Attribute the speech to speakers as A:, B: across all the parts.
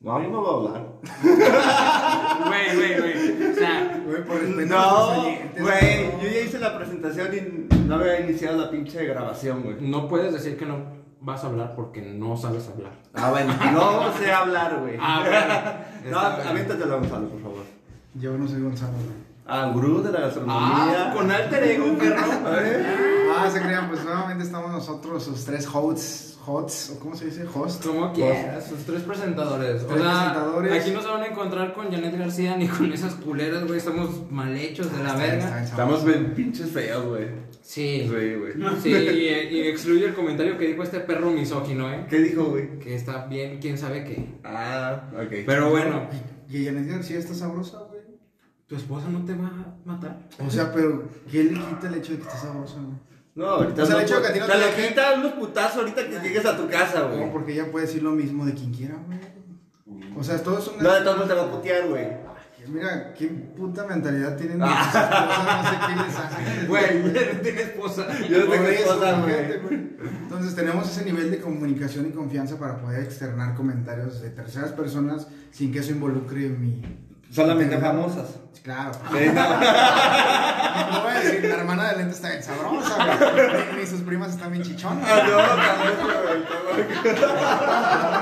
A: No, yo no voy a hablar.
B: Güey, güey, güey. O sea,
C: Güey, por respeto a los
D: No,
C: oyentes,
D: güey,
C: por
D: yo
C: favor.
D: ya hice la presentación y no había iniciado la pinche grabación, güey.
B: no puedes decir que no vas a hablar porque no sabes hablar.
D: Ah, bueno, no sé hablar, güey.
B: Ah, bueno.
D: No, aviéntatela, Gonzalo, por favor.
C: Yo no soy Gonzalo, güey.
D: Ah, gurú de la gastronomía.
B: Ah, con alter ego, perro.
C: Ah, se crean, pues nuevamente estamos nosotros, sus tres hosts, hosts, o cómo se dice, host.
B: Como quieras, sus Pues, tres presentadores. o
C: Tres
B: sea,
C: presentadores.
B: aquí no se van a encontrar con Janet García ni con esas culeras, güey. Estamos mal hechos de la
C: Está
B: verga.
C: bien
D: Estamos
C: sabroso.
D: bien pinches feos, güey.
B: Sí.
D: Sí, güey.
B: Sí, y, y excluye el comentario que dijo este perro misógino, ¿eh?
D: ¿Qué dijo, güey?
B: Que está bien, quién sabe qué.
D: Ah, ok.
B: Pero bueno,
C: Y Janet García está sabrosa, güey.
B: tu esposa no te va a matar.
C: O sea, pero ¿qué le quita el hecho de que esté sabrosa, güey?
D: No, ahorita
C: O sea,
D: no
C: el hecho de que a ti
D: puedo-
C: no
D: te
C: te
D: lo
C: dejen-
D: quitan unos putazos ahorita que llegues a tu casa, güey.
C: No, porque ella puede decir lo mismo de quien quiera, güey. O sea, todos son...
D: No, de todos modos te va a putear, güey.
C: Mira, qué puta mentalidad tienen esas cosas, no sé qué les hacen.
B: Güey, ya no tiene esposa.
D: Yo no
C: Por
D: tengo
C: eso,
D: esposa,
C: imagínate,
D: güey.
C: güey. Entonces tenemos ese nivel de comunicación y confianza para poder externar comentarios de terceras personas sin que eso involucre mi...
D: Solamente
C: integridad.
D: famosas.
C: Claro.
D: Sí, no.
C: No voy a decir, la hermana de lente está bien sabrosa, güey. Ni sus primas están bien chichonas.
D: Ah, no, tampoco, güey, tampoco.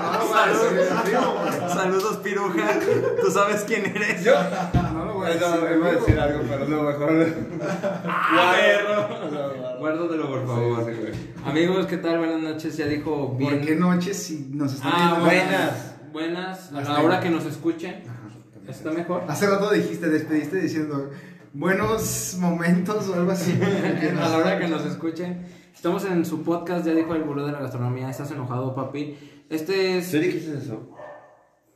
C: No lo voy a decir en vivo, güey.
B: Saludos, piruja. Tú sabes quién eres.
D: Yo.
C: No lo voy a
D: Bueno,
C: decir en
D: iba a
C: vivo.
D: decir algo, pero no, mejor.
B: perro. Guárdatelo, por favor.
D: Sí, sí, güey.
B: Amigos, ¿qué tal? Buenas noches. Ya dijo bien.
C: ¿Por qué noche si nos están
B: Ah,
C: viendo?
B: buenas. Buenas. A la
C: Hasta-
B: hora que nos escuchen. Está mejor.
D: Ah,
C: Hace rato dijiste, despediste diciendo buenos momentos o algo así.
B: a la hora que nos escuchen. Estamos en su podcast, ya dijo el gurú de la gastronomía, estás enojado, papi. Este es...
D: ¿Sí dijiste eso?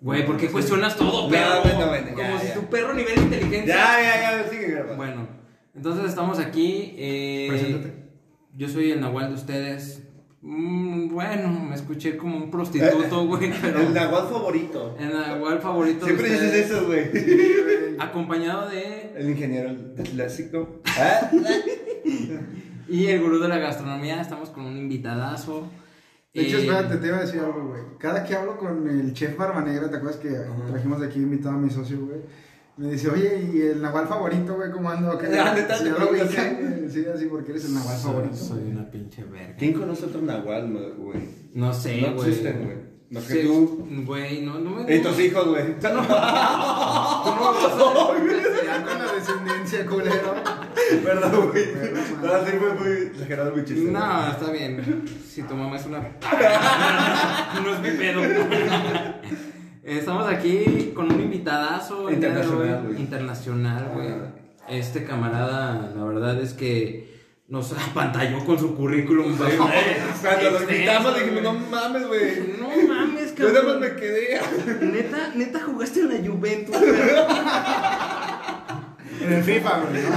B: Güey, ¿por qué cuestionas todo,
D: No,
B: perro?
D: bueno, bueno, ya,
B: Como si
D: ya.
B: tu perro nivel inteligencia...
D: Ya, ya, ya, sigue grabando.
B: Bueno, entonces estamos aquí. eh,
D: Preséntate.
B: Yo soy el Nahual de ustedes. Mm, bueno, me escuché como un prostituto, güey, pero...
D: El nahual favorito.
B: El Nahual favorito
D: Siempre
B: de
D: dices
B: ustedes.
D: eso, güey.
B: Acompañado de...
D: El ingeniero clásico. ¿Ah?
B: Y el gurú de la gastronomía, estamos con un invitadazo.
C: De hecho,
B: Eh,
C: espérate, te iba a decir algo, güey. Cada que hablo con el chef Barba Negra, ¿te acuerdas que trajimos de aquí invitado a mi socio, güey? Me dice, oye, ¿y el nahual favorito, güey? ¿Cómo ando? ¿Qué?
D: Ah, ¿neta?
C: Si
D: ¿Te
C: yo lo
D: preguntas,
C: ubiqué,
D: eh?
C: güey. Sí, así porque eres el nahual favorito.
B: Soy
C: güey.
B: una pinche verga.
D: ¿Quién conoce otro nahual, no, güey?
B: No sé, güey.
D: No existen, güey. No que
B: Sí,
D: tú.
B: Güey, no, no me.
D: Y tus hijos, güey.
C: Ya con la descendencia, culero.
D: Perdón, güey.
C: Perdón,
D: No, así fue muy exagerado, muy chiste.
B: No, está bien. Si tu mamá es una. no es mi pedo. Estamos aquí con un invitadazo. el día de hoy.
D: Internacional, güey. Ah.
B: Internacional, güey. Este camarada, la verdad es que. Nos apantalló con su currículum. güey.
D: Cuando lo
B: Extenso,
D: invitamos dijimos,
B: Este, güey.
D: no mames, güey.
B: No mames,
D: Yo nada más
B: cabrón.
D: me quedé.
B: Neta, neta jugaste en la Juventus, güey.
C: En el FIFA, güey. ¿no?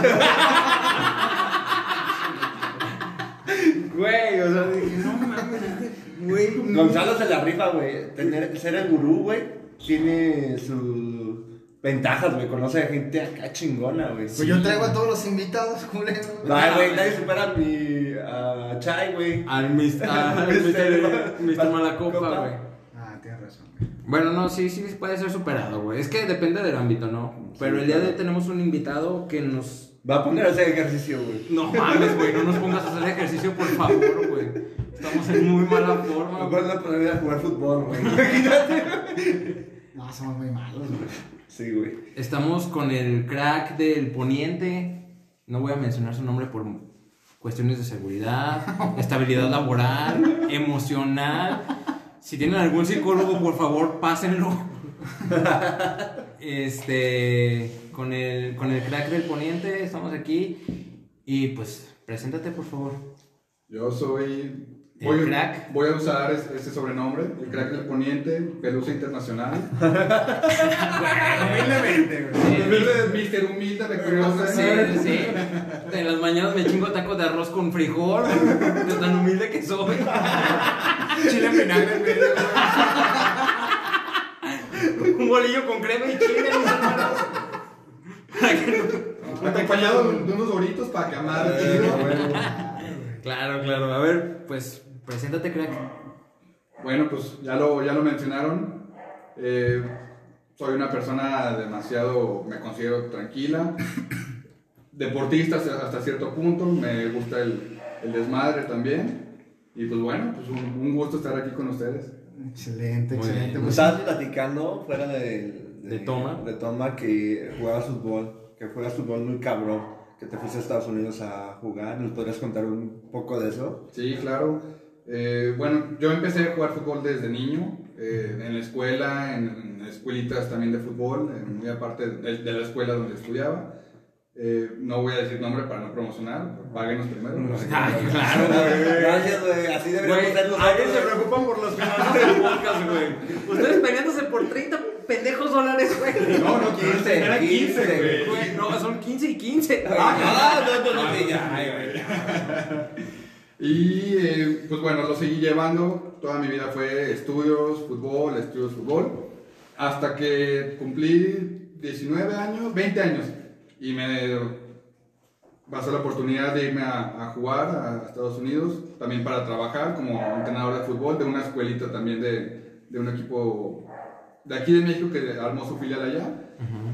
B: Güey, o sea, dije, no mames, este güey. no".
D: Gonzalo se la rifa, güey. Tener, ser el gurú, güey, tiene sus ventajas, güey. Conoce a gente acá chingona, güey.
C: Pues yo traigo a todos los invitados, culero.
D: Ay, güey, nadie supera a mi. a Chai, güey.
B: Al Mr. al
D: Este,
B: Mr. Mr. Malacopa, güey.
C: Ah, tienes razón, güey.
B: Bueno, no, sí, sí puede ser superado, güey. Es que depende del ámbito, ¿no? Pero el día de hoy tenemos un invitado que nos.
D: Va a poner a hacer ejercicio, güey.
B: No mames, güey, no nos pongas a hacer ejercicio, por favor, güey. Estamos en muy mala forma,
D: Me
B: güey.
D: acuerdo de poner a jugar fútbol, güey.
C: No, somos muy malos, güey.
D: Sí, güey.
B: Estamos con el crack del poniente. No voy a mencionar su nombre por cuestiones de seguridad, estabilidad laboral, emocional. Si tienen algún psicólogo, por favor, pásenlo. Este, con el, con el crack del poniente, estamos aquí. Y pues, preséntate, por favor.
E: Yo soy.
B: El
E: Voy,
B: crack.
E: voy a usar es- ese sobrenombre, el crack del poniente, pelusa internacional.
C: Humildemente, güey.
E: Mister Humilde, recorrido.
B: Sí, sí. En las mañanas me chingo tacos de arroz con frijol. De tan humilde que soy.
C: Chile en vinagre, en medio, güey.
B: Un bolillo con crema y chile, mis hermanos. Para que
E: Acompañado de unos doritos para que amarre.
B: Ah, no- Claro, claro. A ver, pues, preséntate, crack.
E: Bueno, pues ya lo, ya lo mencionaron. Eh, soy una persona demasiado, me considero tranquila, deportista hasta hasta cierto punto, me gusta el, el desmadre también. Y pues bueno, pues un, un gusto estar aquí con ustedes.
C: Excelente,
B: Muy
C: excelente. pues,
B: bien.
C: güey.
D: Pues Estabas platicando fuera de,
B: De toma.
D: de toma que jugabas fútbol, que juegas fútbol muy cabrón, que te fuiste a Estados Unidos a jugar. ¿Nos podrías contar un poco de eso?
E: Sí, claro. Eh, bueno, yo empecé a jugar fútbol desde niño, eh, en la escuela, en, en escuelitas también de fútbol, eh, muy aparte de, de la escuela donde estudiaba. Eh, no voy a decir nombre para no promocionar, páguenos primero.
B: Ah, claro, güey.
D: Gracias, güey. Así deberíamos
B: Güey,
D: ser
B: alguien se
D: nosotros.
B: preocupan por los finanzas del podcast, güey. Ustedes peleándose por 30 pendejos dólares, güey.
E: No, no,
D: 15,
E: era 15,
D: 15,
E: güey.
B: Güey, no, son 15 y 15.
D: Ah, no, no, no, sí, ya, ay, güey.
E: Y eh, pues bueno, lo seguí llevando. Toda mi vida fue estudios, fútbol, estudios, fútbol. Hasta que cumplí 19 años, 20 años. Y me pasó la oportunidad de irme a, a jugar a Estados Unidos, también para trabajar como entrenador de fútbol de una escuelita también de, de un equipo de aquí de México que armó su filial allá.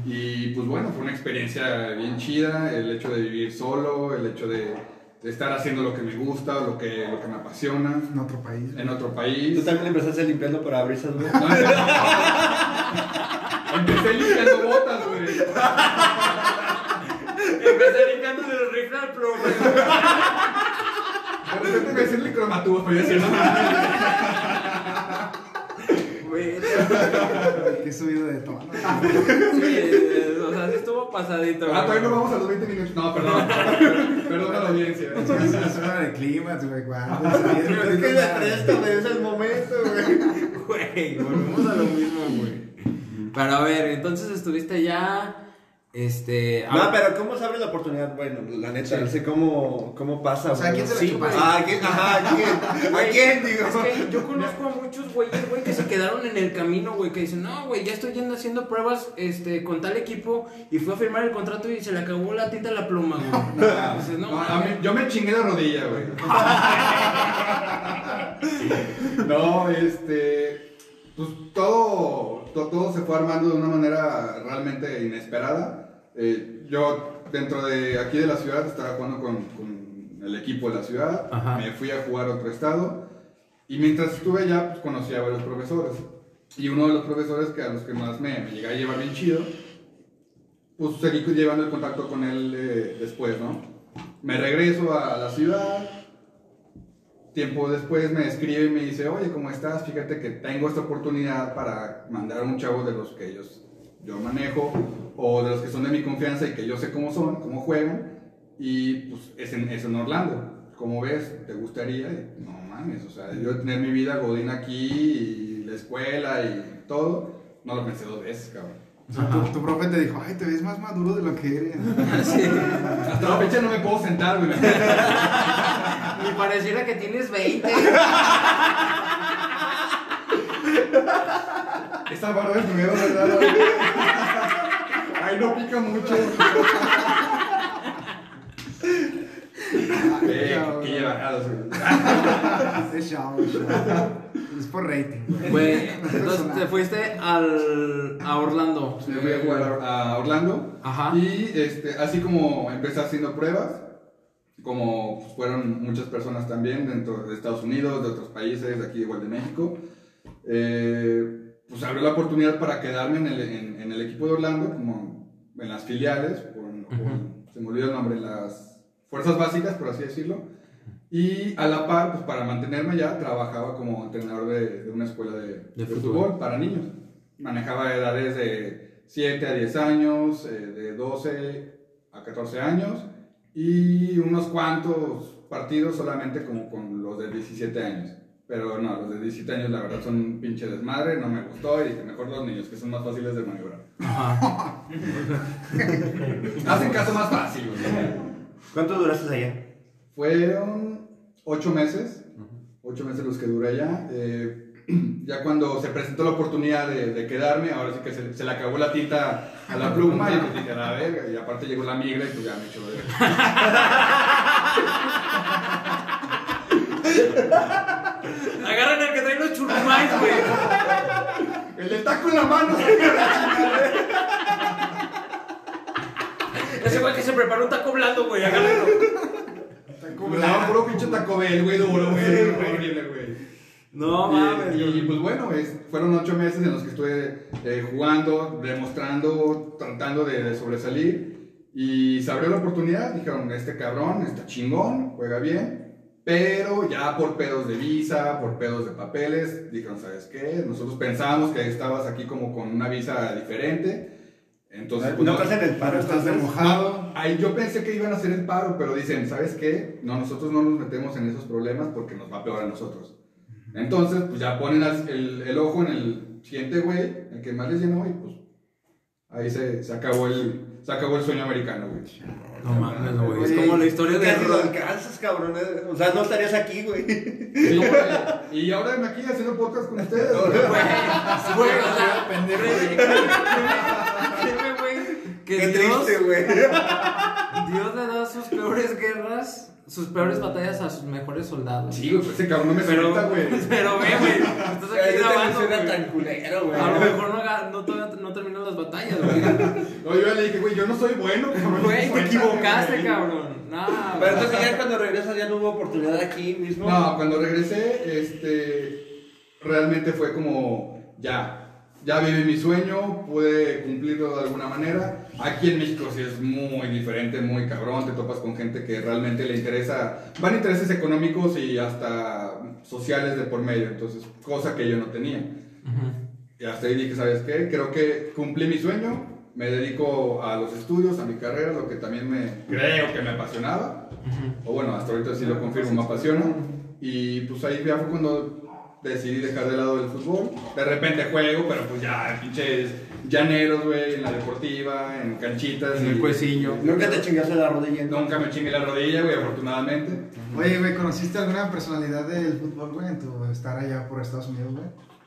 E: Y pues bueno, fue una experiencia bien chida, el hecho de vivir solo, el hecho de, de estar haciendo lo que me gusta, lo que, lo que me apasiona,
C: En otro país. güey.
E: en otro
D: Tú
E: país.
D: también empezaste limpiando parabrisas, güey.
E: No, empecé- Empecé limpiando botas, güey.
B: Empecé limpiándose los rifles al pro, güey.
E: De repente me decían licromatúas, pero yo decía, "No, no,
B: Güey,
C: Qué subido de tono.
B: sí, o sea, sí estuvo pasadito, güey.
E: Ah, todavía no vamos a los 20 minutos. No, perdón. Perdón a la audiencia.
C: Es hora de clima, güey. guárdese.
D: Es que la cresta, güey, es el momento, güey.
B: Güey, volvemos a lo mismo, güey. Pero a ver, entonces estuviste allá. Este.
D: No,
B: ah,
D: pero ¿cómo se abre la oportunidad? Bueno, la neta, no sé cómo, cómo pasa,
C: O sea, ¿quién se la
D: Sí,
C: chupa?
D: güey. Ah, ¿a quién? Ajá, ¿a quién? ¿A quién, digo?
B: Es que yo conozco a muchos güeyes, güey, que se quedaron en el camino, güey, que dicen, no, güey, ya estoy yendo haciendo pruebas este, con tal equipo y fui a firmar el contrato y se le acabó la tinta a la pluma, güey. Dices, no,
E: No, a mí- yo me chingué la rodilla, güey. No, este. Pues todo, to- todo se fue armando de una manera realmente inesperada. Eh, yo, dentro de aquí de la ciudad, estaba jugando con, con el equipo de la ciudad.
B: Ajá.
E: Me fui a jugar a otro estado. Y mientras estuve allá, pues conocí a varios profesores. Y uno de los profesores que a los que más me, me llegué a llevar bien chido, pues seguí llevando el contacto con él eh, después, ¿no? Me regreso a la ciudad. Tiempo después me escribe y me dice, oye, ¿cómo estás? Fíjate que tengo esta oportunidad para mandar a un chavo de los que ellos, yo manejo, o de los que son de mi confianza y que yo sé cómo son, cómo juegan, y pues es en, es en Orlando. ¿Cómo ves? ¿Te gustaría? Y, no mames, o sea, yo tener mi vida godín aquí, y la escuela y todo, no lo pensé dos veces, cabrón.
C: O sea, tu, tu profe te dijo, ay, te ves más maduro de lo que eres.
E: Hasta la fecha no me puedo sentar, güey.
B: Y pareciera que tienes 20.
E: Esta barba es primero, ¿verdad? Ay, no pica mucho. Eh, qué llevajadas, güey.
C: Es chavo, es chavo. Es por rating, güey.
B: Güey, entonces te fuiste al, a Orlando.
E: pues, Me fui a jugar a a Orlando.
B: Ajá.
E: Y este, así como empecé haciendo pruebas, como pues, fueron muchas personas también dentro de Estados Unidos, de otros países, de aquí igual de México, eh, pues abrió la oportunidad para quedarme en el, en- en el equipo de Orlando, como en las filiales, o en- o en- se me olvidó el nombre, en las fuerzas básicas, por así decirlo. Y a la par, pues para mantenerme allá, trabajaba como entrenador de, de una escuela de, de
B: fútbol.
E: fútbol para niños. Manejaba edades de 7 a 10 años, eh, de 12 a 14 años y unos cuantos partidos solamente como con los de 17 años. Pero no, los de 17 años la verdad son un pinche desmadre, no me gustó y dije, mejor los niños que son más fáciles de maniobrar.
B: Ajá.
E: Hacen caso más fácil. güey.
D: ¿Cuánto duraste allá?
E: Fueron ocho meses, ocho meses los que duré allá. eh, ya cuando se presentó la oportunidad de, de quedarme, ahora sí que se, se le acabó la tinta a la pluma y pues dije, a la verga, y aparte llegó la migra y pues ya me echó la verga.
B: Agarran el que trae los churrumais, güey.
E: El del taco en la mano.
B: Ese güey que se preparó un taco blando, güey, agárralo.
C: Taco
E: Como le
C: Bell.
E: daban puro pinche Taco Bell, güey, duro, güey. Horrible, güey.
B: No
E: Y-
B: mames.
E: Y,
B: güey.
E: pues bueno, es- fueron ocho meses en los que estuve eh, jugando, demostrando, tratando de, de sobresalir. Y se abrió la oportunidad, dijeron, este cabrón está chingón, juega bien. Pero ya por pedos de visa, por pedos de papeles, dijeron, ¿sabes qué? Nosotros pensábamos que estabas aquí como con una visa diferente. Entonces, pues,
D: Ah, No te hacen el paro,
C: Estás de
D: entonces.
C: mojado.
E: Ay, Ah, yo pensé que iban a hacer el paro, pero dicen, ¿sabes qué? No, nosotros no nos metemos en esos problemas porque nos va peor a nosotros. Entonces, pues ya ponen las- el, el ojo en el siguiente güey, el que más les llenó, y pues ahí se, se acabó, el, se acabó el sueño americano, güey.
B: No mames, güey. Es
C: Güey,
B: como la historia de.
D: Casi lo alcanzas, cabrón. eh. O sea, no estarías aquí, güey.
E: Sí, güey. y ahora me aquí haciendo podcast con ustedes. güey.
B: Güey, o sea,
C: Pendejo.
B: créeme, créeme, güey,
D: Qué
B: Que Dios,
D: triste, güey.
B: Dios le da sus peores guerras, sus peores batallas a sus mejores soldados.
E: Sí, güey, pues ese cabrón no me
B: Pero,
E: suelta, güey.
B: pero ve, güey. Estás
D: Ay, no te
B: aquí grabando.
D: menciona
B: güey.
D: tan culero, güey.
B: A lo mejor no, haga- no, todavía no terminan las batallas, güey.
E: No, yo ya le dije, güey, yo no soy bueno, cabrón.
B: Güey, te
E: Suéltame,
B: equivocaste,
E: güey.
B: cabrón. Nah,
D: Pero
B: güey.
D: entonces ya cuando regresas ya no hubo oportunidad aquí mismo.
E: No, cuando regresé, este, realmente fue como, ya, ya viví mi sueño, pude cumplirlo de alguna manera. Aquí en México sí es muy diferente, muy cabrón, te topas con gente que realmente le interesa, van intereses económicos y hasta sociales de por medio, entonces, cosa que yo no tenía.
B: Ujú.
E: Y hasta ahí dije, ¿sabes qué? Creo que cumplí mi sueño, me dedico a los estudios, a mi carrera, lo que también me creo que me apasionaba.
B: Ujú.
E: O bueno, hasta ahorita sí lo confirmo, me apasiona. Y pues ahí ya fue cuando decidí dejar de lado el fútbol. De repente juego, pero pues ya, pinches llaneros, güey, en la deportiva, en canchitas.
B: En el
E: y-
B: cuecillo.
D: Nunca te chingaste la rodilla.
E: Nunca me chingué la rodilla, güey, afortunadamente.
C: Oye, güey, ¿conociste alguna personalidad del fútbol, güey, en tu estar allá por Estados Unidos, güey?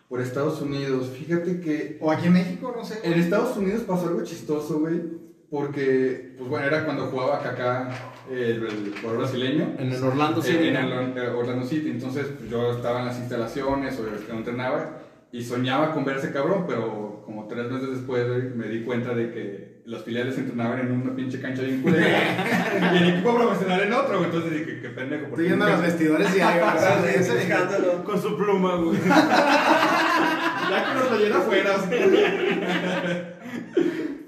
E: Por Estados Unidos, fíjate que
C: O aquí en México, no sé.
E: en
C: güey.
E: Estados Unidos pasó algo chistoso, güey. Porque, pues bueno, era cuando jugaba Kaká, el, el jugador brasileño.
B: En el Orlando sí.
E: en el Or- eh, Orlando City. Entonces pues, yo estaba en las instalaciones o es que no entrenaba y soñaba con ver a ese cabrón, pero como tres meses después güey, me di cuenta de que los filiales entrenaban en una pinche cancha bien culera y el equipo profesional en otro. güey. Entonces dije, qué pendejo. porque
C: Estoy yendo a
E: nunca-
C: los vestidores y ahí
D: Ah,
C: va.
D: sí,
C: Ese de-
D: Buscándolo.
B: Con su pluma, güey.
E: Ya que nos lo llena afuera.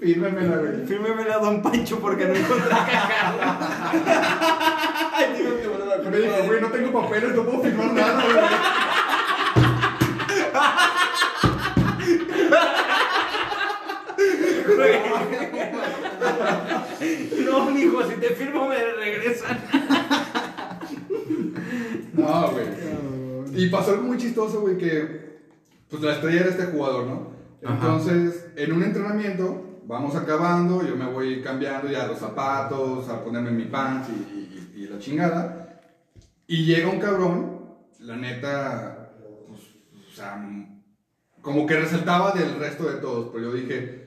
E: Fírmemela, güey.
B: Fírmemela a Don Pancho porque no encontré cajada.
D: Ay, digo que bueno,
E: Me dijo, güey, no tengo papeles, no puedo firmar nada, güey.
B: No, mijo, si te firmo me regresan.
E: No, güey. Y pasó algo muy chistoso, güey, que pues la estrella era este jugador, ¿no?
B: Ajá.
E: Entonces, en un entrenamiento, vamos acabando, yo me voy cambiando ya los zapatos, a ponerme mi pants y, y- y la chingada. Y llega un cabrón, la neta, pues, o sea, como que resaltaba del resto de todos, pero yo dije,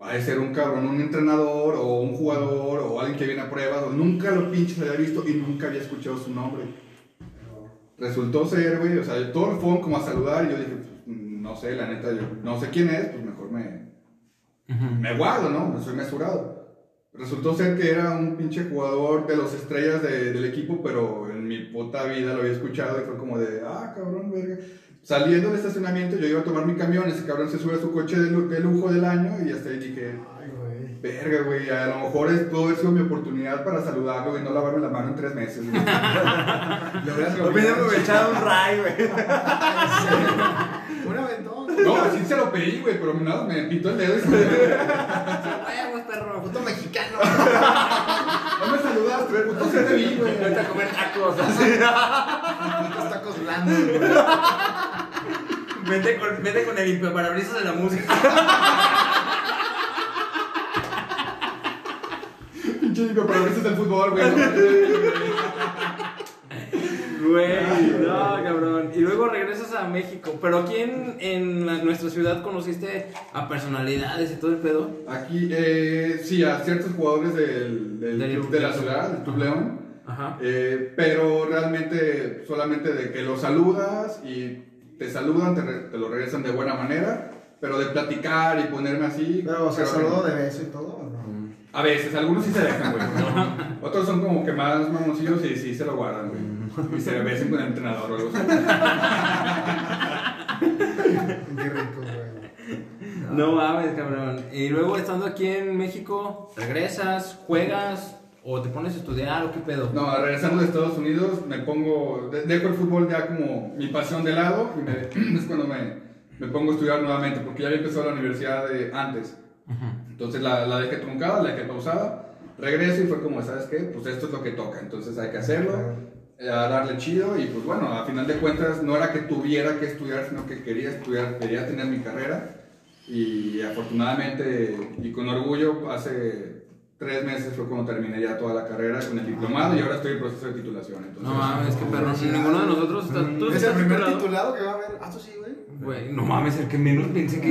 E: va a ser un cabrón, un entrenador o un jugador o alguien que viene a pruebas, o nunca lo pinches había visto y nunca había escuchado su nombre. Resultó ser, güey, o sea, todos fueron como a saludar y yo dije, pues, no sé, la neta, yo no sé quién es, pues mejor me, me guardo, ¿no? Soy mesurado. Resultó ser que era un pinche jugador de los estrellas de- del equipo, pero en mi puta vida lo había escuchado y fue como de, ah, cabrón, verga. Saliendo del estacionamiento, yo iba a tomar mi camión, ese cabrón se sube a su coche de, lu- de lujo del año y hasta ahí dije,
C: Ay, güey.
E: verga, güey, a lo mejor es, pudo haber sido mi oportunidad para saludarlo y no lavarme la mano en tres meses. güey". Lo hubieras
D: No me
E: comido.
D: aprovechado un ray, güey.
C: Un aventón. güey.
E: No, sí se lo pedí, güey, pero nada, me pintó el dedo y se me...
B: Huevos, perro.
C: Puto mexicano.
E: No me saludaste, pero puto sí te vi, güey.
D: Vete a comer tacos.
C: Putos tacos blandos, güey.
B: Vete con, vete con el limpiaparabrisas de la música.
E: Pinche limpio, pero ese es del fútbol, güey.
B: Güey, no, cabrón. Y luego regresas a México. Pero aquí en, en la- nuestra ciudad conociste a personalidades y todo el pedo.
E: Aquí, eh, sí, a ciertos jugadores del, del
B: Del
E: club de la
B: León.
E: ciudad, del Club León.
B: Ajá.
E: Eh, pero realmente, solamente de que los saludas y te saludan, te, re- te lo regresan de buena manera. Pero de platicar y ponerme así.
C: Pero, o sea,
E: que-
C: saludo de beso y todo, ¿o no?
E: A veces, algunos sí se dejan, güey. ¿no? Otros son como que más mamoncillos y sí se lo guardan, güey. Y se besan con el entrenador o algo así.
C: Qué rico, güey.
B: No mames, cabrón. Y luego estando aquí en México, regresas, juegas o te pones a estudiar o qué pedo.
E: No, regresando de Estados Unidos, me pongo. de- Dejo el fútbol ya como mi pasión de lado y me, es cuando me, me pongo a estudiar nuevamente, porque ya había empezado la universidad de antes. Entonces la, la dejé truncada, la dejé pausada. Regreso y fue como, ¿sabes qué? Pues esto es lo que toca, entonces hay que hacerlo, eh, a darle chido. Y pues bueno, a final de cuentas, no era que tuviera que estudiar, sino que quería estudiar, quería tener mi carrera. Y afortunadamente y con orgullo, hace tres meses fue cuando terminé ya toda la carrera con el diplomado y ahora estoy en proceso de titulación. Entonces,
B: Ah. No mames, qué perro. Ninguno de nosotros está.
E: Mm,
B: ¿Tú
C: Es el
B: estás
C: primer
B: titulado?
C: titulado que va a haber. Ah, tú sí, güey.
B: Güey, no mames, el que menos pensé que.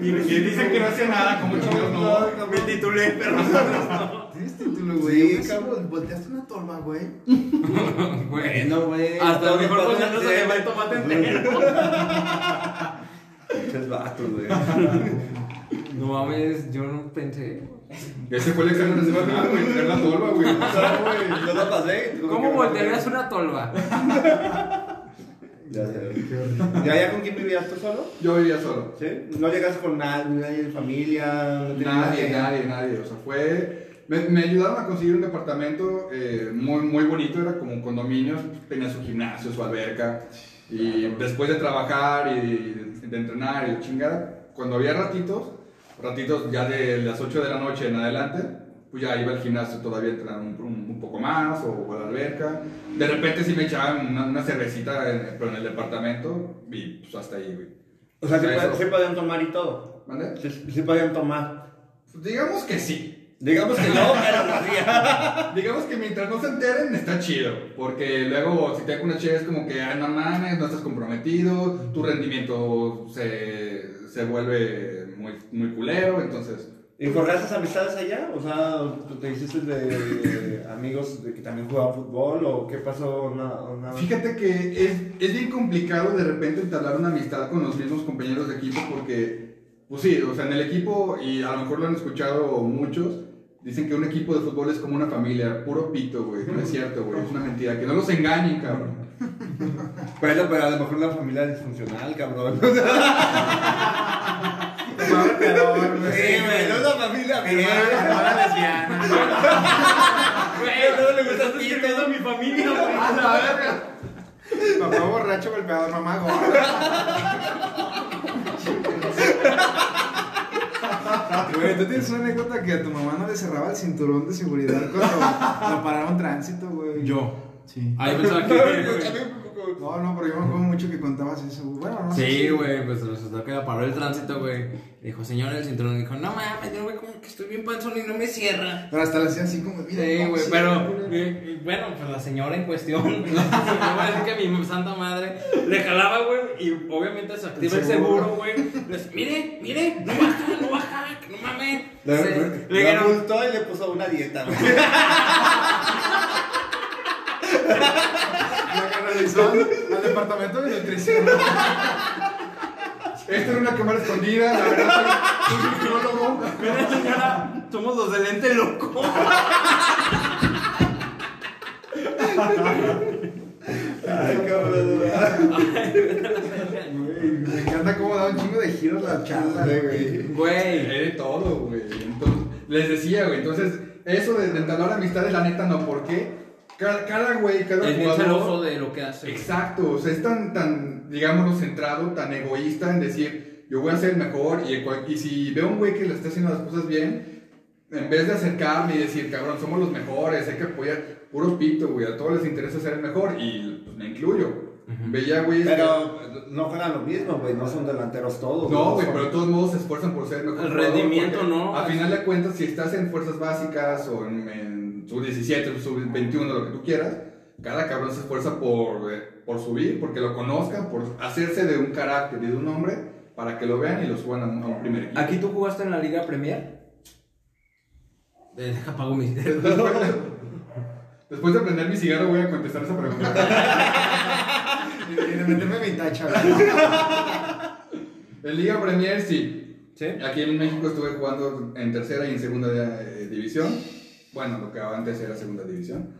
E: Y dicen que no hacía nada, como chingados no.
B: Me titulé, perro.
C: Tienes título,
D: Sí,
C: güey. Sí,
D: cabrón.
C: cabrón. Volteaste una torba, güey.
B: Güey,
D: Bueno, güey.
B: Hasta
D: todo-
B: el mejor
D: todo
B: cocinero se le va el tomate entero.
D: Pinches vatos, güey.
B: No mames, yo no pensé.
E: Ese fue el examen de semana, güey, era la torba, güey.
D: O sea, güey, ¿eh? Yo la pasé.
B: ¿Cómo voltearías una tolva?
D: Ya sé.
C: Qué horrible.
D: ¿Y allá con quién vivías tú solo?
E: Yo vivía solo.
D: ¿Sí? ¿No llegas con nadie, nadie de familia? no tenías
E: Nadie,
D: nada?
E: nadie, nadie. O sea, fue. Me, me ayudaron a conseguir un departamento eh, muy, muy bonito, era como un condominio, tenía su gimnasio, su alberca. Y después de trabajar y de, de entrenar y chingada, cuando había ratitos, ratitos ya de las 8 de la noche en adelante, pues ya iba al gimnasio todavía a entrenar un, un- un poco más o, a la alberca. De repente sí me echaban una, una cervecita, en- pero en el departamento y pues hasta ahí, güey.
D: O sea,
E: O
D: ¿sí,
E: sea,
D: pod-
E: eso.
D: sí podían tomar y todo.
E: ¿Vale? Pues,
D: Sí, sí podían tomar.
E: Digamos que sí.
D: Digamos que no, pero lo hacía.
E: Digamos que mientras no se enteren, está chido. Porque luego, si te dan una chévere, es como que, ay, no mames, no estás comprometido, tu rendimiento se, se vuelve muy, muy culero, entonces.
D: ¿Y forjaste amistades allá? O sea, ¿tú ¿te hiciste de amigos de que también jugaban fútbol o qué pasó? Una, una...
E: Fíjate que es, es bien complicado de repente entablar una amistad con los mismos compañeros de equipo porque, pues sí, o sea, en el equipo, y a lo mejor lo han escuchado muchos, dicen que un equipo de fútbol es como una familia, puro pito, güey. No es cierto, güey, es una mentira. Que no los engañen, cabrón.
D: Bueno, pero a lo mejor una familia disfuncional, cabrón.
C: Peor, güey.
D: no una familia
B: Güey,
D: no le gusta
B: estás
D: tu
B: describiendo a mi familia,
E: A
B: güey.
E: la verga.
C: Papá borracho, golpeador, mamá gorda. Güey, tú tienes una anécdota que a tu mamá no le cerraba el cinturón de seguridad cuando lo pararon tránsito, güey.
B: Yo.
C: Sí.
B: Ahí pensaba que.
C: No, no, pero yo me acuerdo mucho que contabas eso. güey. Bueno, no sé.
B: Sí,
C: si-
B: güey, pues resultó que la paró el tránsito, güey. Dijo, señor, el cinturón. Dijo, no mames, yo, güey, como que estoy bien panzón y no me cierra.
C: Pero hasta la hacía así como, mira.
B: Sí,
C: no,
B: güey, pero.
C: güey.
B: eh, eh, Bueno, pues la señora en cuestión. no voy a decir que mi santa madre le jalaba, güey, y obviamente se activa el
C: El seguro.
B: seguro, güey. Les, Mire, mire, no baja, no baja, que no mames.
D: Le,
B: Se-
D: le,
B: le dijeron,
D: gustó y le puso una dieta, güey.
C: La canalizaron al departamento de nutrición.
E: Esta era una cámara escondida, la verdad, soy soy un psicólogo.
B: Mira, señora, somos los del ente loco.
D: Ay, cabrón.
C: Güey, Me encanta cómo da un chingo de giros la charla, güey.
B: Güey.
E: Era de todo, güey. Entonces, les decía, güey. Entonces, eso de de entablar amistades, la neta, no. ¿Por qué? Cada, cada güey, cada
B: Es bien
E: jugador.
B: celoso de lo que hace. güey.
E: Exacto, o sea, es tan, tan, digámoslo, centrado, tan egoísta en decir, yo voy a ser el mejor y, cual- y si veo un güey que le está haciendo las cosas bien, en vez de acercarme y decir, cabrón, somos los mejores, hay que apoyar, puro pito, güey, a todos les interesa ser el mejor y pues, me incluyo. Veía, güey,
D: Pero no juegan lo mismo, güey. No son delanteros todos.
E: no, güey, pero de todos modos se esfuerzan por ser el mejor.
B: El
E: jugador,
B: rendimiento,
E: porque
B: ¿no?
E: A final de cuentas, si estás en fuerzas básicas o en, en sub 17, sub 21, lo que tú quieras, cada cabrón se esfuerza por, eh, por subir, porque lo conozcan, por hacerse de un carácter y de un nombre para que lo vean y lo suban a un, a un primer equipo.
B: ¿Aquí tú jugaste en la Liga Premier? Eh, Deja apago mis.
E: Después, de- después de prender mi cigarro, voy a contestar esa pregunta.
C: Y de meterme mi tacha, güey.
E: En Liga Premier sí.
B: ¿Sí?
E: Aquí en México estuve jugando en tercera y en segunda eh, división. Bueno, lo que antes era segunda división.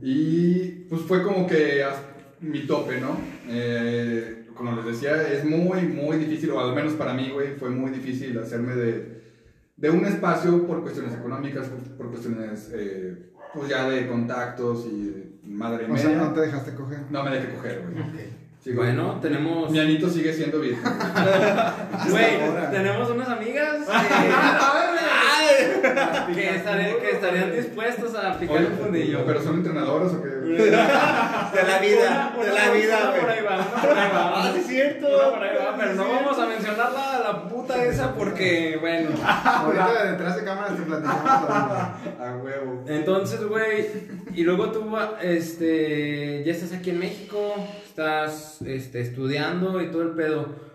E: Y pues fue como que as- mi tope, ¿no? Eh, como les decía, es muy, muy difícil, o al menos para mí, güey, fue muy difícil hacerme de, de un espacio por cuestiones económicas, por- por cuestiones, eh, pues ya de contactos y madre y
C: O sea,
E: media.
C: no te dejaste coger.
E: No me dejé coger, güey. Sí, güey.
B: Bueno, tenemos.
E: Mi anito sigue siendo virgen.
B: Güey,
C: ahora.
B: tenemos unas amigas que, Ay, que estaré- que estarían dispuestas a picar
E: Oye,
B: un fundillo.
E: ¿Pero son entrenadoras o qué?
D: De pues, la vida,
B: Una-
D: de
B: una-
D: la vida,
B: una por ahí
D: güey.
B: va, una por ahí va.
D: Ah, sí, es cierto.
B: Una por ahí va, pero no vamos a mencionar la, la puta esa porque, bueno.
C: Ahorita detrás de cámaras te platicamos. la verdad.
E: A huevo.
B: Entonces, güey, y luego tú, este, ya estás aquí en México, estás este, estudiando y todo el pedo.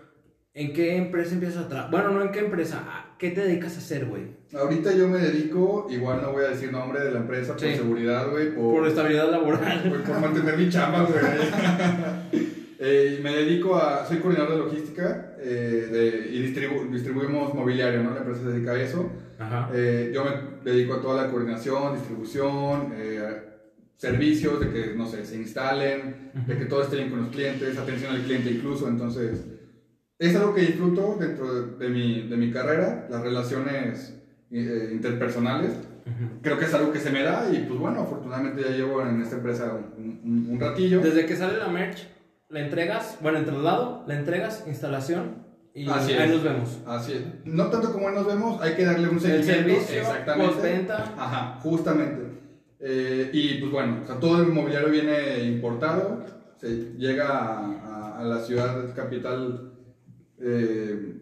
B: ¿En qué empresa empiezas a trabajar? Bueno, no en qué empresa, ¿a qué te dedicas a hacer, güey?
E: Ahorita yo me dedico, igual no voy a decir nombre de la empresa por
B: Sí.
E: seguridad, güey, por,
B: Por estabilidad laboral.
E: por- por mantener mi chamba, güey. Eh, y me dedico a, soy coordinador de logística eh, de- y distribu- distribuimos mobiliario, ¿no? La empresa se dedica a eso.
B: Ajá.
E: Eh, yo me dedico a toda la coordinación, distribución, eh, servicios, de que, no sé, se instalen, de que todo esté bien con los clientes, atención al cliente incluso. Entonces, es algo que disfruto dentro de, de mi, de mi carrera, las relaciones eh, interpersonales. Creo que es algo que se me da y pues bueno, afortunadamente ya llevo en esta empresa un, un- un ratillo.
B: Desde que sale la merch, la entregas, bueno, en traslado, la entregas, instalación y
E: Así es.
B: ahí nos vemos.
E: Así es. No tanto como hoy nos vemos, hay que darle un
B: El
E: seguimiento.
B: servicio,
E: exactamente.
B: postventa.
E: Ajá, justamente. Eh, y pues bueno, o sea, todo el mobiliario viene importado, se llega a, a- a la ciudad capital, eh,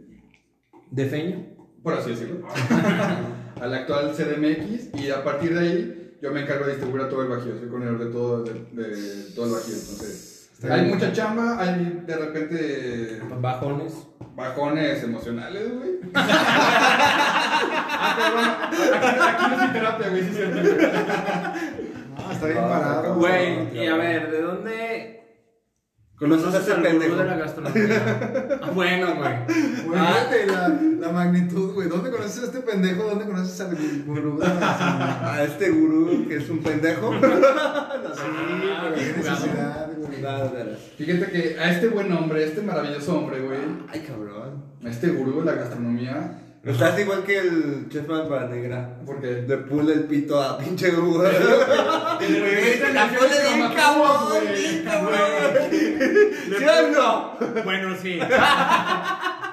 B: De feño.
E: por así decirlo, a la actual CDMX, y a partir de ahí yo me encargo de distribuir a todo el Bajío, soy coordinador de todo, de, de todo el Bajío, entonces...
C: Está
E: hay
C: bien.
E: mucha chamba, hay de repente
B: Bajones.
E: bajones emocionales, güey. ah, pero bueno, aquí, aquí no es terapia, güey, sí es cierto.
C: No, está bien
D: Ah,
C: parado.
B: Güey, y a ver, ¿de dónde
D: ¿Conoces a ese
B: al gurú
D: pendejo?
B: de la gastronomía? Ah, bueno, güey.
C: Güey,
B: Ah,
C: fíjate la, la magnitud, güey. ¿Dónde conoces a este pendejo? ¿Dónde conoces al gurú? de la
D: A este gurú que es un pendejo.
B: ah,
C: ¿Qué
B: bien jugado.
C: necesidad, güey?
D: Nada, nada.
E: Fíjate que a este buen hombre, este maravilloso hombre, güey,
D: Ay, cabrón.
E: a este gurú de la gastronomía,
D: Estás igual que el chef para negra.
E: porque
D: Le pule el pito a pinche gurú.
B: La pone bien cabrón, bien cabrón.
D: ¿Sí o no?
B: Bueno, sí.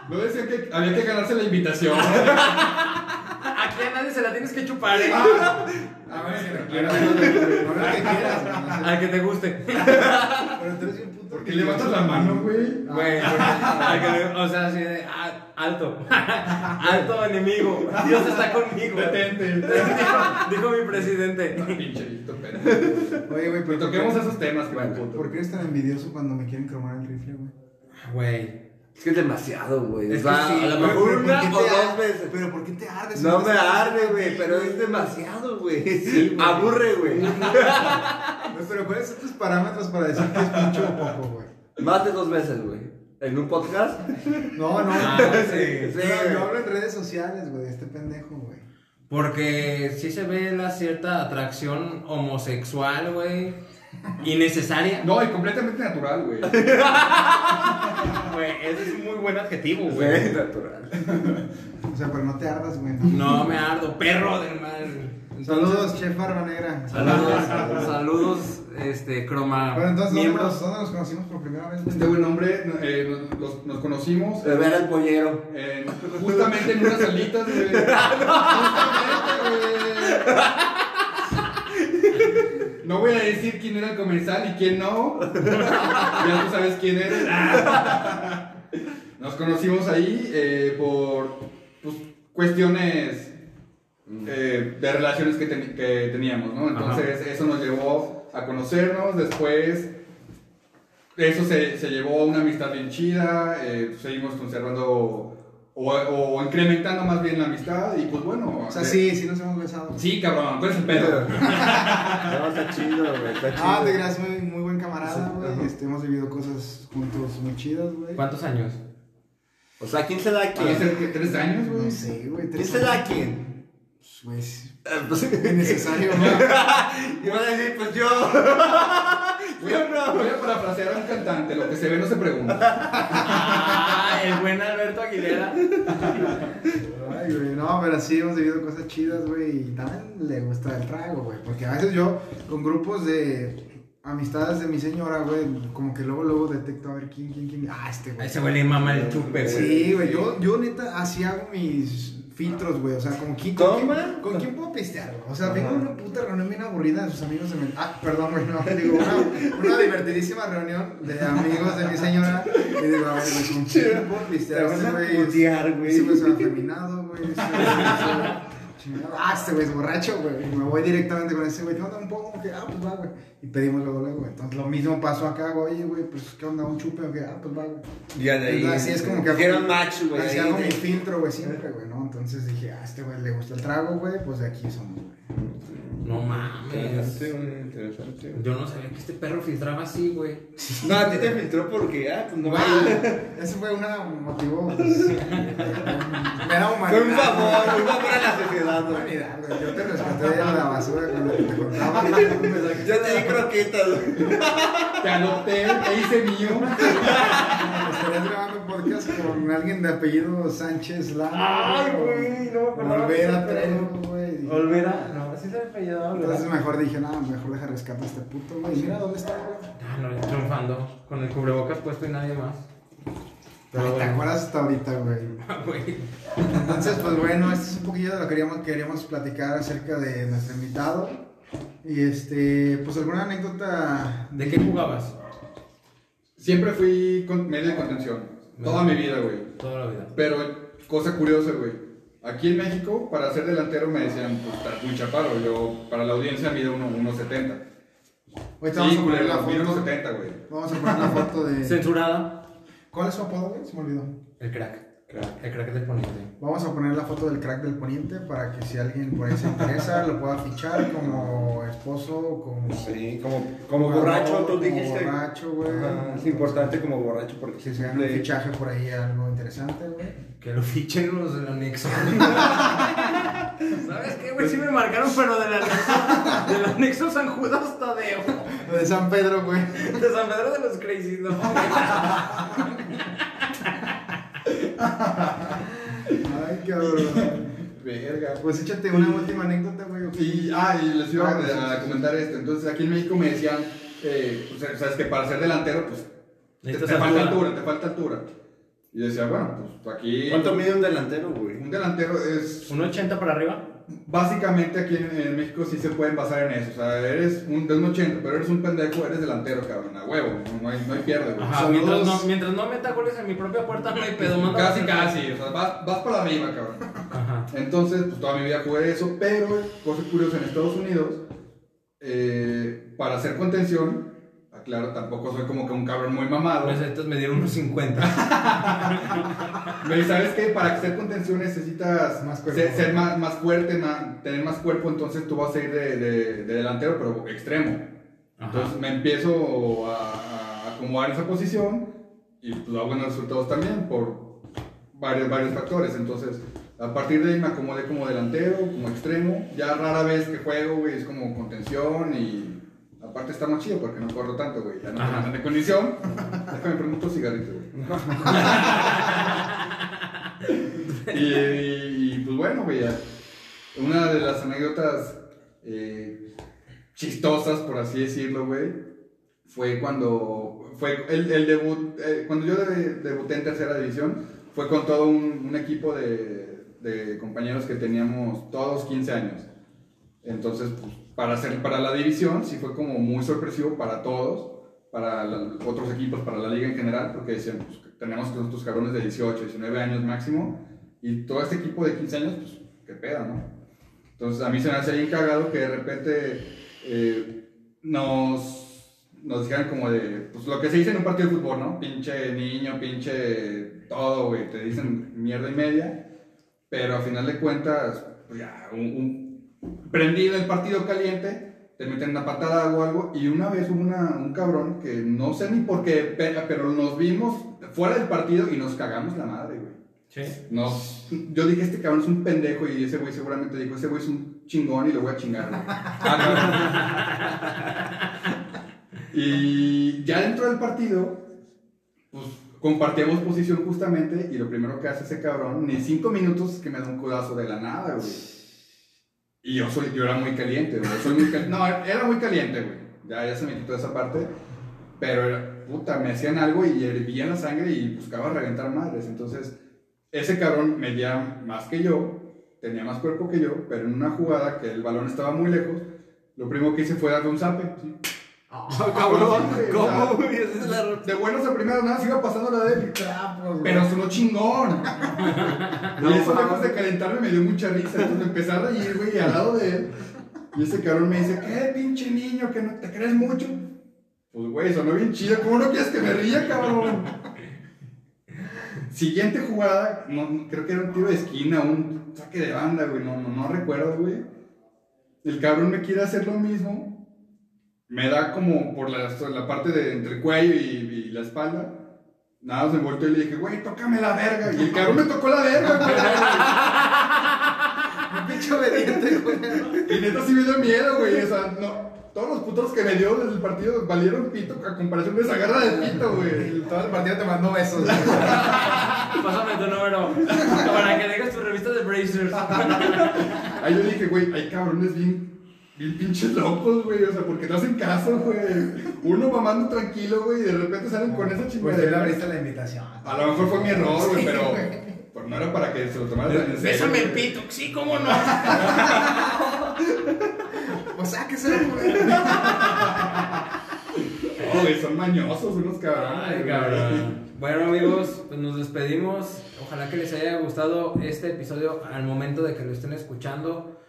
E: no decía que había que ganarse la invitación.
B: Ah, Aquí a nadie se la tienes que chupar, ¿eh?
C: A ver, si lo quieras. Ahora que quieras, güey, no sé.
B: Al que te guste.
C: Pero tú eres bien puto.
E: Porque levantas la mano, güey.
B: Güey, porque- al que le- o sea, así de ah, alto. Alto enemigo. Dios está conmigo.
E: Detente.
B: Dijo, dijo mi presidente.
E: Pinche Vito pendejo.
C: Oye, güey,
E: Pero
C: pero
E: toquemos esos temas, que me
C: ¿por
E: puto.
C: qué eres tan envidioso cuando me quieren cromar el rifle, güey?
B: Güey.
D: Es que es demasiado, güey.
B: Es
D: O
B: que
D: sea,
B: sí,
D: a lo
B: güey,
D: mejor
B: pero ¿por
D: una
C: ¿Por qué
D: o
C: te ar-
D: dos veces.
C: Pero ¿por qué te ardes?
D: No me arde, güey, pero es demasiado, güey.
B: güey.
D: Aburre, güey.
C: Güey, Pero ¿cuáles son tus parámetros para decir que es mucho o poco, güey?
D: Más de dos veces, güey. En un podcast.
C: No, no.
B: Ah, sí,
C: Pero
D: sí, güey.
C: yo hablo en redes sociales, güey, este pendejo, güey.
B: Porque sí se ve la cierta atracción homosexual, güey. Innecesaria.
E: No, y completamente natural, güey.
B: Güey, ese es un muy buen adjetivo,
D: Güey, natural.
C: O sea, pero no te ardas, güey. ¿no?
B: No me ardo, perro del mal.
C: Saludos, chef Barba Negra.
B: Saludos, saludos, este, croma.
C: Bueno, entonces, ¿dónde
B: miembros.
C: nos, dónde nos conocimos por primera vez? güey?
E: Este buen hombre, eh, nos- nos, nos conocimos. eh,
D: Ver al pollero.
E: En- Eh, justamente en unas alitas, güey. Justamente, güey. No voy a decir quién era el comensal y quién no. Ya tú sabes quién eres. Nos conocimos ahí eh, por pues, cuestiones eh, de relaciones que, teni- que teníamos, ¿no? Entonces eso nos llevó a conocernos. Después eso se, se llevó a una amistad bien chida, eh, seguimos conservando o, o incrementando más bien la amistad y pues bueno.
C: O sea,
E: eh,
C: sí, sí nos hemos besado.
E: Sí, cabrón, tú eres el pedo.
D: No, está chido, güey. Está chido.
C: Ah, de gracias, muy, muy buen camarada,
D: Sí, ajá.
C: güey. Este, hemos vivido cosas juntos muy chidas, güey.
B: ¿Cuántos años?
D: O sea, ¿quién se da a
E: ¿Qué es
D: quién?
E: el que tres años, güey?
C: No sé, güey.
D: ¿Quién
C: tres
D: se da a
C: años.
D: quién?
C: Pues,
D: Eh, Pues,
C: innecesario, ¿no?
D: y van a decir, pues yo.
E: Voy a, voy a parafrasear a un cantante, lo que se ve no se pregunta.
B: Ah, el buen Alberto Aguilera.
C: Ay, güey, no, pero sí hemos vivido cosas chidas, güey, y tan le gusta el trago, güey, porque a veces yo con grupos de amistades de mi señora, güey, como que luego, luego detecto a ver quién, quién, quién, ah, este
B: A
C: güey.
B: ese güey le mama el chupe, güey.
C: Sí, güey, yo, yo neta así hago mis filtros, güey, o sea, como quién, con quién,
D: Toma.
C: con quién puedo pistear, güey? o sea, vengo a una puta reunión bien aburrida, sus amigos se me, ah, perdón, güey, no, digo, una, una divertidísima reunión de amigos de mi señora, y digo, a ver, güey, con quién puedo pistear,
D: Te vas
C: Ese
D: a
C: güey es-
D: putear, güey.
C: ese güey es afeminado, güey, ese güey es- chingado. Ah, este güey es borracho, güey. Me voy directamente con ese güey. ¿Qué onda? Un poco, que ah, pues va, güey. Y pedimos luego, luego. güey. Entonces lo mismo pasó acá, güey. Oye, güey, pues qué onda, un chupe, o qué? ah, pues va, güey.
D: Ya de ahí.
C: Entonces, así es como que
D: Era match, güey.
C: Así
D: ahí
C: hago
D: de-
C: mi filtro, güey, siempre, güey, ¿no? Entonces dije, ah, este güey le gusta el trago, güey, pues de aquí somos, güey.
B: No mames.
D: Interesante, güey, interesante.
B: Yo no sabía que este perro filtraba así, güey.
D: No, a ti te filtró porque, ah, pues no
C: Güey,
D: mames.
C: ese fue una- un motivo, pues, me da humanidad.
D: Fue un favor, un favor a la sociedad,
C: güey.
D: güey.
C: Humanidad, güey. Yo te rescaté de la basura cuando te contaba.
D: Yo te di croquetas, güey.
E: Te adopté, te hice mío.
C: Estarías grabando podcast con alguien de apellido Sánchez Lama.
D: Ay, güey, no,
C: o
D: no,
C: Olvera
D: no,
C: Trejo, güey. y-
D: Olvera, no, así se me falló,
C: Entonces mejor dije, nada, mejor deja rescatar a este puto, güey. Mira dónde está, güey.
B: Ah, no, triunfando. Con el cubrebocas puesto y nadie más.
C: Ay,
B: Pero
C: ¿Te
B: bueno.
C: acuerdas hasta ahorita, güey?
B: Güey.
C: Entonces, pues bueno, este es un poquillo de lo que queríamos, queríamos platicar acerca de nuestro invitado. Y este, pues alguna anécdota.
B: ¿De qué jugabas?
E: Siempre fui con medio de contención. Toda mi vida, güey.
B: Toda la vida.
E: Pero, cosa curiosa, güey. Aquí en México, para ser delantero me decían, pues estás muy chaparro. Yo, para la audiencia, mido uno- 1,70.
C: Hoy te vamos
E: Sí,
C: a poner
E: culero,
C: la
E: mido
C: foto.
E: 1,70, güey.
C: Vamos a poner la foto de.
B: Censurada.
C: ¿Cuál es su apodo, güey? Se me olvidó.
B: El crack. El crack del poniente.
C: Vamos a poner la foto del crack del poniente para que si alguien por ahí se interesa lo pueda fichar como esposo, como.
D: Sí, como, Ah, como
C: Como
D: borracho, tú
C: como
D: dijiste.
C: borracho, güey.
D: Ajá, es importante como borracho porque
C: Si se gana un
D: siempre.
C: fichaje por ahí, algo interesante, güey.
B: Que lo fichen los del anexo. ¿Sabes qué, güey? Sí me marcaron, pero del anexo, del anexo San Judas Tadeo.
C: Lo de San Pedro, güey.
B: De San Pedro de los Crazy, no.
C: Ay, cabrón.
E: Verga,
C: Pues échate una última anécdota, güey.
E: Y, ah, y les iba
C: Ah, sí,
E: a, a
C: sí,
E: comentar esto. Entonces, aquí en México me decían, eh, pues, sabes que para ser delantero, pues, te,
B: Necesitas
E: te falta
B: altura.
E: altura, te falta altura. Y decía, bueno, pues aquí.
D: ¿Cuánto mide un delantero, güey?
E: Un delantero es.
B: ¿Un 80 para arriba?
E: Básicamente aquí en, en México sí se pueden basar en eso. O sea, eres un, de un 80, pero eres un pendejo, eres delantero, cabrón. A huevo, no hay, no hay pierde, güey.
B: Ajá,
C: Saludos.
B: mientras no, mientras no meta goles en mi propia puerta, no hay pedo. manda
E: Casi,
B: la-
E: casi. O sea, vas, vas para arriba, cabrón.
B: Ajá.
E: Entonces, pues toda mi vida jugué eso, pero, cosa curiosa, en Estados Unidos, eh, para hacer contención, aclaro, tampoco soy como que un cabrón muy mamado.
B: Necesitas medir unos 50.
E: Pero, ¿sabes qué? Para hacer contención necesitas
C: Más
E: ser,
C: cuerpo.
E: ser más, más fuerte, más- tener más cuerpo, entonces tú vas a ir de, de- de delantero, pero extremo. Entonces me empiezo a, a acomodar esa posición y pues hago buenos resultados también por varios, varios factores. Entonces, a partir de ahí me acomodé como delantero, como extremo. Ya rara vez que juego, güey, es como contención y aparte está más chido porque no corro tanto, güey. Ya no
B: Ajá.
E: tengo tanta condición. Déjame prender un cigarrito, güey. y, y- y, pues bueno, güey, ya. una de las anécdotas eh, chistosas, por así decirlo, güey, fue cuando fue el, el debut, eh, cuando yo de- debuté en tercera división, fue con todo un, un equipo de, de compañeros que teníamos todos 15 años. Entonces, pues, para, hacer, para la división sí fue como muy sorpresivo para todos, para la- otros equipos, para la liga en general, porque decían, pues, que tenemos con estos cabrones de 18, 19 años máximo, y todo este equipo de 15 años, pues, qué pedo, ¿no? Entonces, a mí se me hace bien cagado que de repente eh, nos, nos dijeran como de, pues, lo que se dice en un partido de fútbol, ¿no? Pinche niño, pinche todo, güey, te dicen mierda y media, pero a final de cuentas, pues, ya, un- un, prendido el partido caliente, te meten una patada o algo. Y una vez hubo una, un cabrón que no sé ni por qué, pe- pero nos vimos fuera del partido y nos cagamos la madre, güey.
B: Sí.
E: No, yo dije, este cabrón es un pendejo y ese güey seguramente dijo, ese güey es un chingón y lo voy a chingar. güey". y ya dentro del partido, pues compartíamos posición justamente y lo primero que hace ese cabrón, ni cinco minutos, es que me da un codazo de la nada, güey. Y yo, soy, yo era muy caliente, güey. Soy muy cal- No, era muy caliente, güey. Ya, ya se me quitó esa parte. Pero era, puta, me hacían algo y hervía la sangre y buscaba reventar madres. Entonces, ese cabrón medía más que yo, tenía más cuerpo que yo, pero en una jugada que el balón estaba muy lejos, lo primero que hice fue darle un zape. ¿sí?
B: Ah, cabrón,
E: Ah, sí,
B: ¿cómo,
E: o sea,
B: güey? Esa es la
E: De buenos a primeros, nada, se iba pasando la de él.
C: Trapos, güey.
E: Pero sonó chingón.
C: No,
E: y eso
C: mames.
E: lejos de calentarme me dio mucha risa. Entonces me empecé a reír, güey, y al lado de él. Y ese cabrón me dice, ¿qué pinche niño? ¿Que no te crees mucho? Pues, güey, sonó bien chido. ¿Cómo no quieres que me ría, cabrón? Siguiente jugada, no, no, creo que era un tiro de esquina, un saque de banda, güey. No, no, no recuerdo, güey. El cabrón me quiere hacer lo mismo. Me da como por la, la parte de entre el cuello y- y la espalda. Nada, más me volteó y le dije, güey, tócame la verga. Y el cabrón me tocó la verga,
C: Pinche obediente, güey.
E: güey. Y neta sí me dio miedo, güey. O sea, no. Todos los putos que me dio desde el partido valieron pito a comparación de esa garra de pito, güey.
C: Y Todo el partido te mandó besos, güey.
B: Pásame tu número para que dejes tu revista de Brazers.
E: Ahí yo dije, güey, hay cabrones bien, bien pinches locos, güey. O sea, porque no hacen caso, güey. Uno mamando tranquilo, güey, y de repente salen con esa
C: Pues tú le
E: chingadera.
C: abriste la invitación.
E: A lo mejor fue mi error, güey, pero. pues, no era para que se lo tomara tan en serio,
B: Bésame el
E: güey.
B: pito, sí, cómo no.
C: O sea, Pues, ah, que se le ocurre.
E: No, güey, son mañosos unos cabrones.
B: Ay,
E: güey.
B: cabrón. Bueno amigos, pues nos despedimos. Ojalá que les haya gustado este episodio al momento de que lo estén escuchando.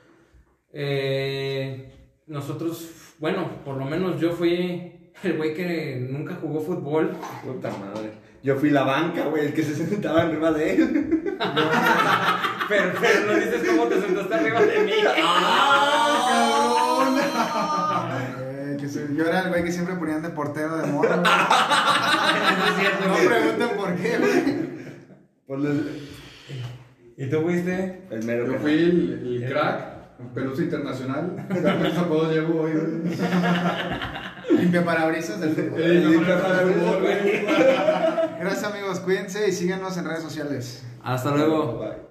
B: Eh, nosotros, bueno, por lo menos yo fui el güey que nunca jugó fútbol.
D: Puta madre. Yo fui la banca, güey, el que se sentaba arriba de él.
B: Pero, pero no dices cómo te sentaste arriba de mí.
C: Ay, que soy- Yo era el güey que siempre ponían de portero de morro. güey. No pregunten por qué, güey.
D: Por el,
B: ¿Y tú fuiste?
D: Pues, el mero
E: Yo
D: que-
E: fui el, el crack, pelusa internacional. ¿Cuántos apodos llevo hoy? güey?
C: Limpia parabrisas del fútbol.
E: El limpia parabrisas, güey.
C: Gracias amigos, cuídense y síganos en redes sociales.
B: Hasta luego.
D: Bye.